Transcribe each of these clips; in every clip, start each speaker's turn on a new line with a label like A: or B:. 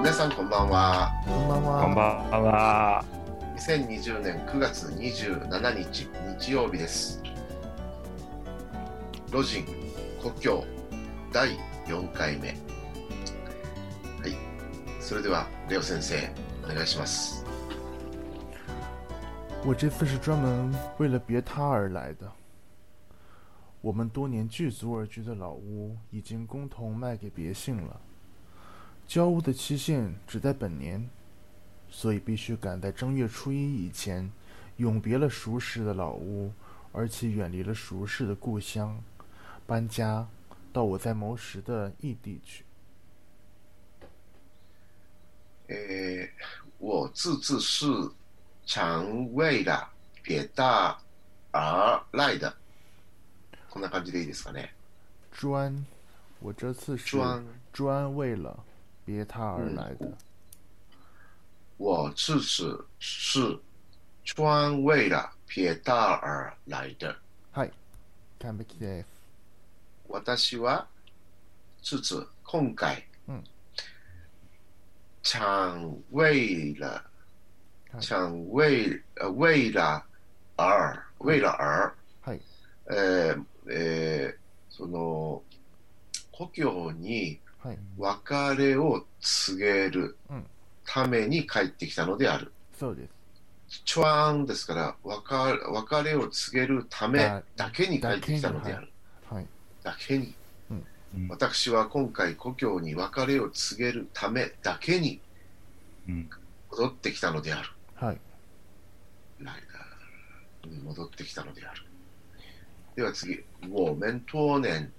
A: 皆さんこんばんは。
B: こんばんは。
C: こんばんは。
A: 2020年9月27日日曜日です。ロジン故郷第4回目。はい。それではレオ先生お願いします。
B: 我这次是专门为了别他而来的。我们多年聚族而居的老屋已经共同卖给别姓了，交屋的期限只在本年，所以必须赶在正月初一以前，永别了熟识的老屋，而且远离了熟识的故乡，搬家到我在谋时的异地去。
A: 呃，我这次是常为了别大而来的。こんな感じでいいですかね。
B: 专，我这次是
A: 专
B: 专为了别他而来的。
A: 我自此是专为了撇大而来的。
B: はい、完璧です。
A: 私は自此今回、
B: うん
A: 常为了
B: はい
A: 常为呃为了而为了而
B: はい、
A: えーえーその故郷に
B: はい、
A: 別れを告げる
B: うん
A: ために帰ってきたのである。
B: そうです。
A: チュワーンですから別れ別れを告げるため
B: だ
A: だけに帰ってきたのである。
B: はい、
A: だけに、
B: うん
C: うん
A: 私は今回故郷に別れを告げるためだけに
C: うん
A: 戻ってきたのである。
B: はい、
A: 来うん戻ってきたのである。では次、我们多年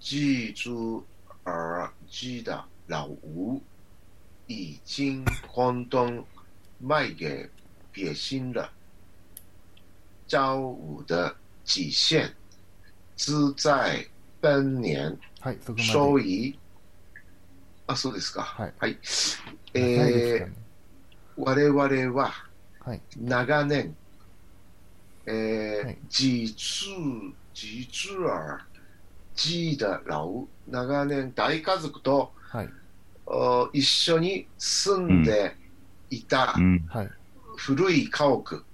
A: 记住而记的老吴已经广东卖给别姓了。招五的极限只在本年
B: はい、そこま
A: 收
B: で。
A: 益。あ、そうですか。
B: はい
A: え
B: ないですか
A: ー
B: ね。
A: 我々は
B: はい、
A: 長年、えー
B: はい
A: 実、実は、自だらう、長年大家族と
B: はい、
A: お一緒に住んでいた
C: うん
B: はい、
A: 古い家屋、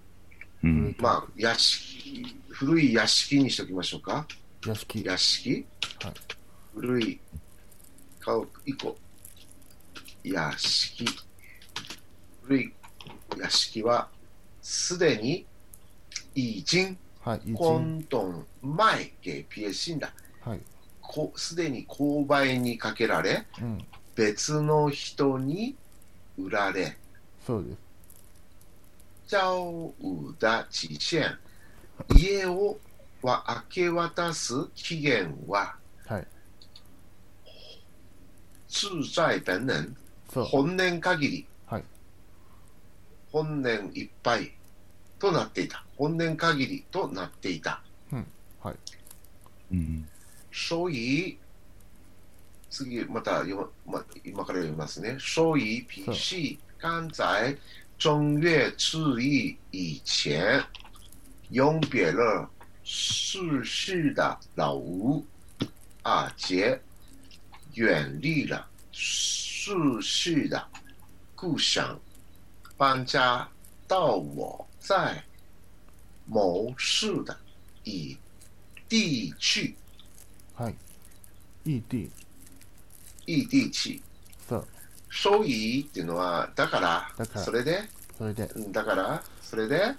C: うん
A: まあ、屋敷、古い屋敷にしときましょうか。
B: 屋敷。
A: 屋敷、
B: はい
A: 古い家屋以降屋敷古い屋敷はすでに已经
B: はい、一、
A: 混沌前给别人だ
B: はい、
A: こすでに購買にかけられ
B: うん、
A: 別の人に売られ
B: そうです。
A: 交売だ期限家をは明け渡す期限は
B: はい、
A: 自在本能、
B: そう、
A: 本年限り、
B: はい
A: 本年いっぱいとなっていた。本年限りとなっていた。
C: うん
A: 所以、次、また読ま、ま、今から読みますね。所以、必须刚才正月初一以前、永别了逝世的老吴，阿杰远离了逝世的故乡，搬家到我在谋事的以地去。
B: はい。ED、
A: いい地域。
B: そう、
A: そういいっていうのは、だから、
B: だから
A: それで、
B: それで、
A: うんだから、それで、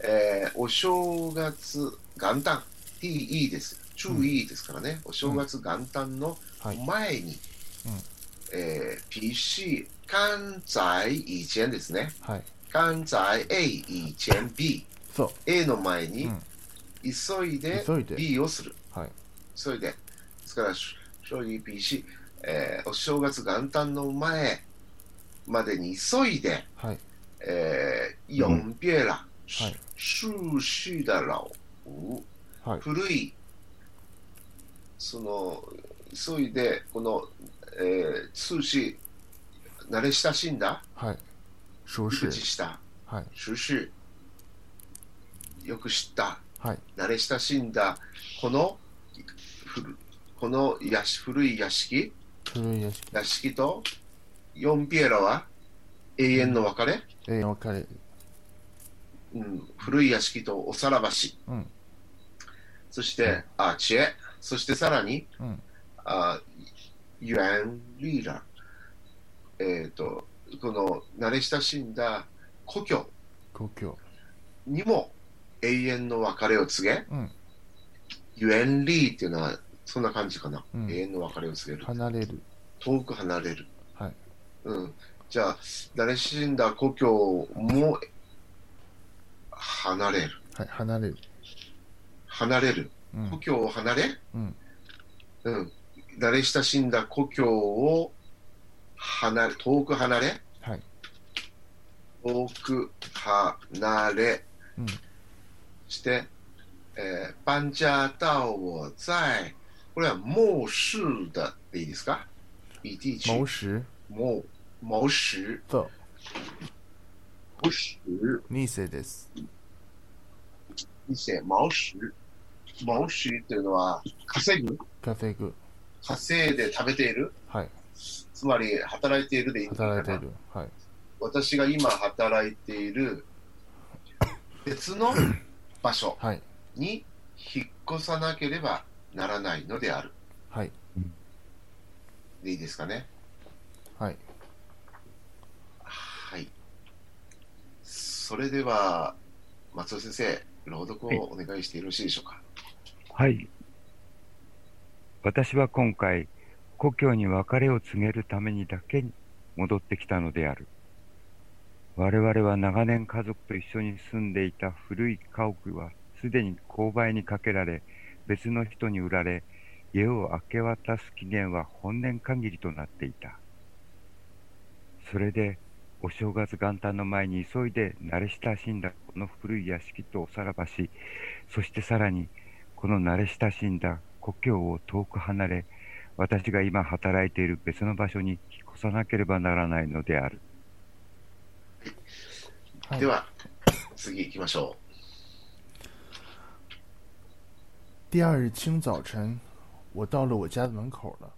A: えーお正月、元旦、いいいいです。注意ですからね、お正月元旦の
B: はい、
A: 前に、
B: うん
A: えー、PC、関西以前ですね。
B: はい、
A: 関西 A 以前 B。
B: そう、
A: A の前に、
B: うん
A: 急いで
B: 急いで
A: B をする。
B: はい、
A: それで、ですから、将棋 PC、えーお正月元旦の前までに急いで、
B: はい、
A: えー、永别了、
B: はい
A: 数々だろう、
B: はい、
A: 古い、その、急いで、この、えー、通詞、慣れ親しんだ、
B: はい。熟
A: 熟
B: 識
A: 知。した、
B: はい、
A: 熟知、よく知った、
B: はい
A: 慣れ親しんだこの古この屋敷古い屋敷
B: 古い屋敷
A: 屋敷とヨンピエラは永遠の別れ、
B: えー、別れ
A: うん、古い屋敷とおさらばし、
B: うん
A: そしてアーチェそしてさらに、
B: うん
A: あ元リーラえっ、とこの慣れ親しんだ故郷
B: 故郷
A: にも永遠の別れを告げ、
B: うん
A: ユエンリーっていうのはそんな感じかな、
B: うん
A: 永遠の別れを告げる
B: 離れる
A: 遠く離れる、
B: はい
A: うん、じゃあ誰死んだ故郷も離れる
B: はい離れる
A: 離れる
B: う
A: 故
B: ん
A: 郷を離れ、
B: うん
A: うん、誰親しんだ故郷を離れ遠く離れ
B: はい
A: 遠く離れ、
B: うん
A: して、えー、搬家到我在これは某市的でいいですか以地区
B: 谋食
A: 某某市
B: 走
A: 某市
B: ニセです
A: 一些某市某市っていうのは稼ぐ
B: 稼ぐ
A: 稼いで食べている
B: はい
A: つまり働いているでいいのかな
B: 働いてるはい
A: 私が今働いている別の場所
B: はい
A: に引っ越さなければならないのである。
B: はい
A: でいいですかね。
B: はい
A: はい。それでは、松尾先生、朗読をお願いしてよろしいでしょうか。
C: はい。私は今回、故郷に別れを告げるためにだけに戻ってきたのである。我々は長年家族と一緒に住んでいた古い家屋はすでに勾配にかけられ、別の人に売られ、家を明け渡す期限は本年限りとなっていた。それで、お正月元旦の前に急いで慣れ親しんだこの古い屋敷とおさらばし、そしてさらにこの慣れ親しんだ故郷を遠く離れ、私が今働いている別の場所に引っ越さなければならないのである。
B: はい
A: では、次行きましょ
B: 第二日清早晨，我到了我家的门口了。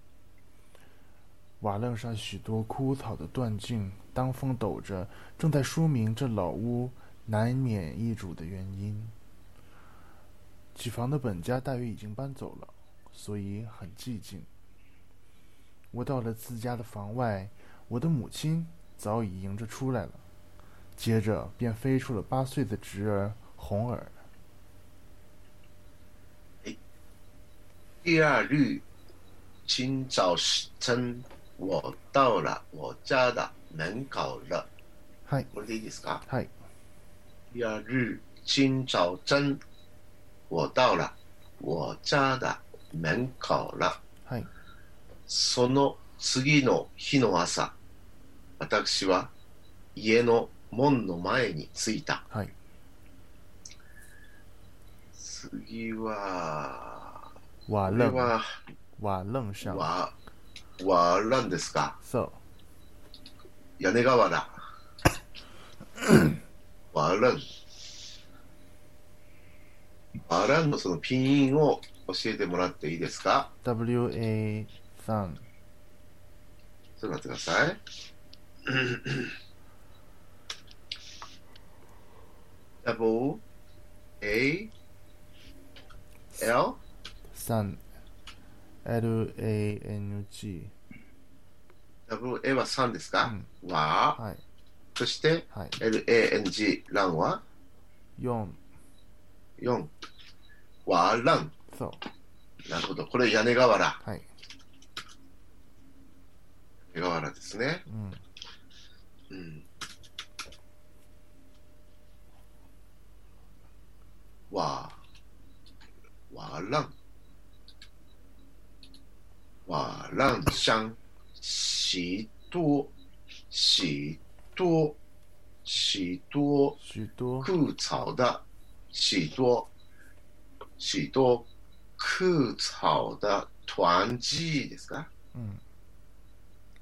B: 瓦楞上许多枯草的断茎，当风抖着，正在说明这老屋难免易主的原因。起房的本家大约已经搬走了，所以很寂静。我到了自家的房外，我的母亲早已迎着出来了，接着便飞出了八岁的侄儿红儿。
A: う。第二日、今早晨、我到了我家的门口了。
B: はい
A: これでいいですか
B: はい
A: 第二日、今早晨、我到了我家的门口了。
B: はい
A: その次の日の朝、私は家の門の前に着いた。
B: はい
A: 次は、
B: 瓦
A: これ
B: 楞。
A: は、
B: 瓦楞上
A: わ、わらんですか。
B: ，so
A: 屋根瓦わらん。わらんのそのピン音を教えてもらっていいですか
B: w a 三
A: ちょっと待ってください。double A L
B: 三 l a n g 嗯
A: double A は3ですか、わ
B: はい
A: ーそして
B: はい
A: L A N G ランは
B: 四
A: 4わーラン
B: so
A: なるほどこれ屋根瓦
B: はい
A: 屋根瓦ですね
B: うん
A: うんわーわーらんわーらんしゃんしとしとしと
B: 许多
A: 枯草的许多许多枯草的团聚ですか
B: 嗯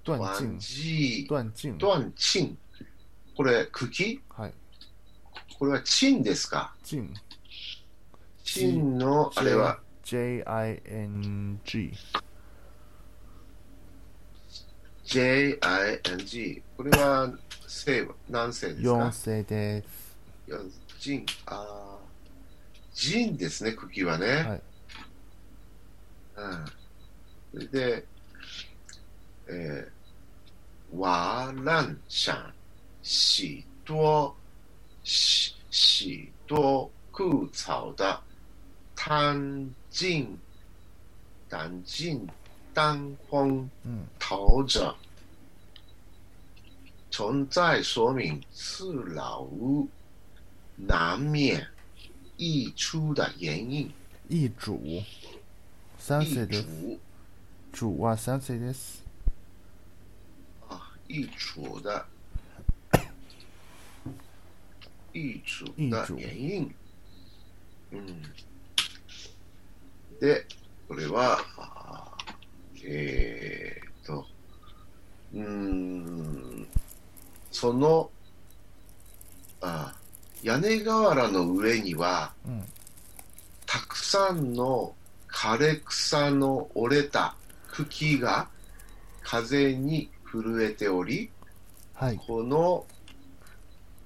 B: 断
A: 团
B: 尽
A: 聚
B: 断尽
A: 断茎これ茎
B: はい
A: これはチンですか
B: 尽
A: 真のあれは
B: J-I-N-G
A: JING。これは姓は何姓です
B: 4
A: か
B: 世です
A: 人。ああ。人ですね、茎はね。
B: はい
A: うん。それで、えー、わらんしゃん、し多、し、し多枯草的弹尽、弹尽当风
B: 嗯
A: 逃者。存在说明是老屋难免溢出的原因，
B: 一主三
A: 溢
B: 世です
A: 出。
B: 主は三世です
A: 啊，易主的，易主
B: 易
A: 的
B: 主
A: 原因。うん。で、これは、あーえーっと、うーん、その、あー屋根瓦の上には、
B: うん
A: たくさんの枯れ草の折れた茎が風に震えており、
B: はい
A: この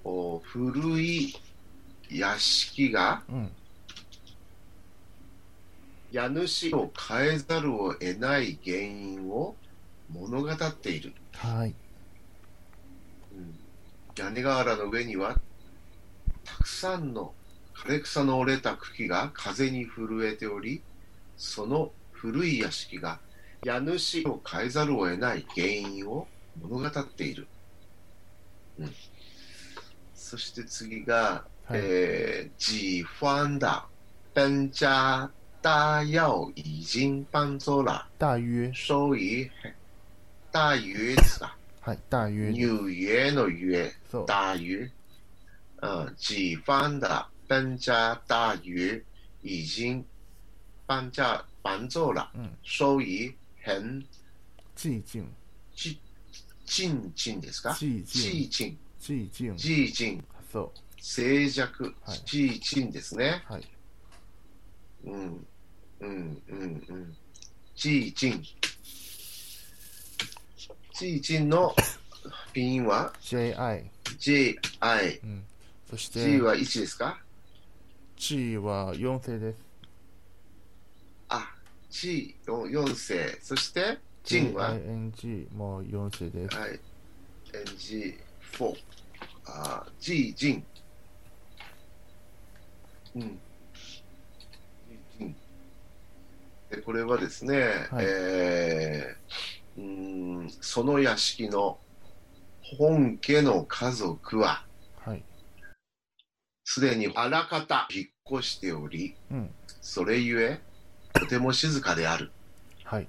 A: お古い屋敷が
B: うん
A: 家主を変えざるを得ない原因を物語っている。
B: はい
A: うん屋根瓦の上にはたくさんの枯れ草の折れた茎が風に震えておりその古い屋敷が家主を変えざるを得ない原因を物語っている、うん、そして次が「
B: はい
A: えー、己欢的搬家大要已经搬走了
B: 大约
A: 所以大约だ
B: はい大约です
A: 纽约の约
B: そう
A: 大约，呃，己方的搬家大约已经搬家搬走了，
B: 嗯，
A: 收益很
B: 寂静
A: 寂静静ですか？
B: 寂
A: 寂
B: 静
A: 静
B: 寂静
A: 寂静
B: そ
A: 静寂
B: はい
A: 寂静ですね。
B: うはい
A: うんうんうんうん寂静寂静のピンは
B: JI
A: J I
B: うんそして
A: G は1ですか？
B: G は4世です
A: あ、C、よ四世、そして、ジンは、
B: ING も4世です
A: はい、NG4、あ、G、ジン。うん。ジンで、これはですね、
B: はい
A: えー、うーん、その屋敷の本家の家族は、
B: はい
A: すでにあらかた引っ越しており、
B: うん
A: それゆえ、とても静かである。
B: はい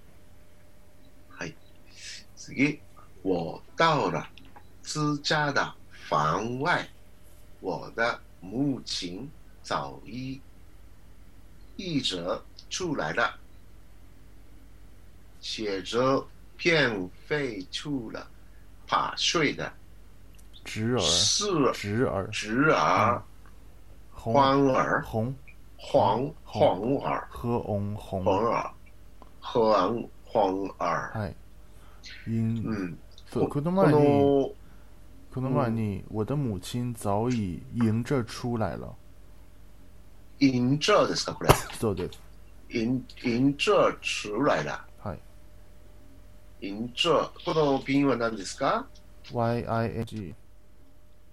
A: 次，我到了自家的房外，我的母亲早已译者出来了，写着片废除了把睡的
B: 侄儿
A: 是
B: 侄儿
A: 侄儿
B: 红
A: 欢儿
B: 红
A: 黄
B: 黄
A: 黄儿
B: 和翁红
A: 黄儿黄黄儿，
B: はい因
A: 嗯，
B: そうこの
A: こ
B: 前に
A: の
B: この前
A: 嗯
B: に我的母亲早已迎着出来了
A: 迎着ですかこれ。
B: そうです
A: 迎迎着出来了。
B: はい
A: 迎着このピンは何ですか
B: YING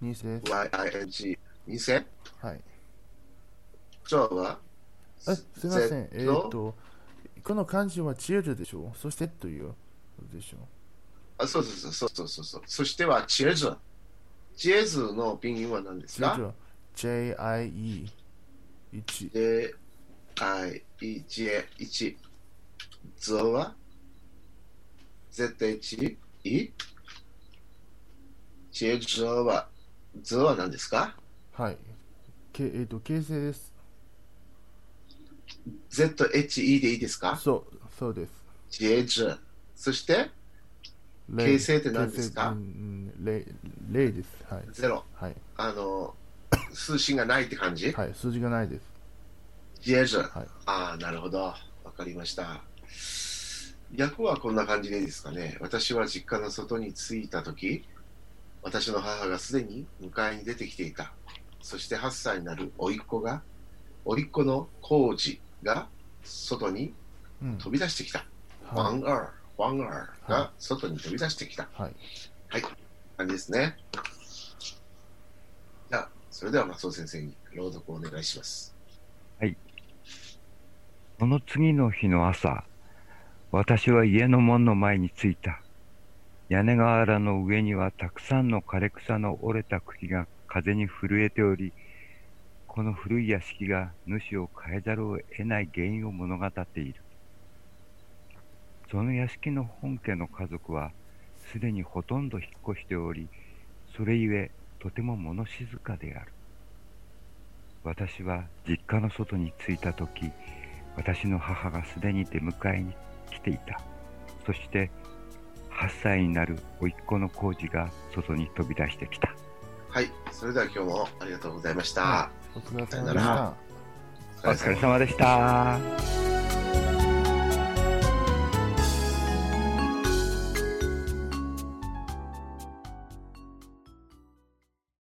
B: 2世です
A: ?YING。偽着
B: はい
A: は
B: あすいません
A: Z
B: えーっとこの漢字は接着でしょそしてというでしょ
A: あ、そうそうそうそうそうそう。そしては接着。接着のピンは何です
B: 接
A: か
B: 着 JIE 1
A: ?J、I、E、J、1。図は ?Z、H、E? 接着は、図は何ですか
B: はい。けえっ、と、形成です。
A: ?Z、H、E でいいですか
B: そう、そうです。
A: 接着。そして、
B: 例
A: 形成って何ですか
B: 形成うんうん例例です。はい。
A: ゼロ。
B: はい。
A: あの、数字がないって感じ
B: はい。数字がないです。
A: 接着、
B: はい
A: ああ、なるほど。わかりました。役はこんな感じでいいですかね。私は実家の外に着いたとき、私の母がすでに迎えに出てきていた。そして8歳になる甥っ子が、甥っ子の浩二が外に
B: うん
A: 飛び出してきた。ワ
B: は
A: ンアー、ワンアーが外に飛び出してきた。
B: い、はい、
A: はい、感じですね。じゃあ、それでは松尾先生に朗読をお願いします。
C: その次の日の朝、私は家の門の前に着いた。屋根瓦の上にはたくさんの枯れ草の折れた茎が風に震えており、この古い屋敷が主を変えざるを得ない原因を物語っている。その屋敷の本家の家族はすでにほとんど引っ越しており、それゆえとても物静かである。私は実家の外に着いたとき、私の母がすでに出迎えに来ていたそして8歳になる甥っ子の浩二が外に飛び出してきた
A: はい、それでは今日もありがとうございました。
B: お疲れ様でし
A: さよな
B: た。
C: お疲れ様でした。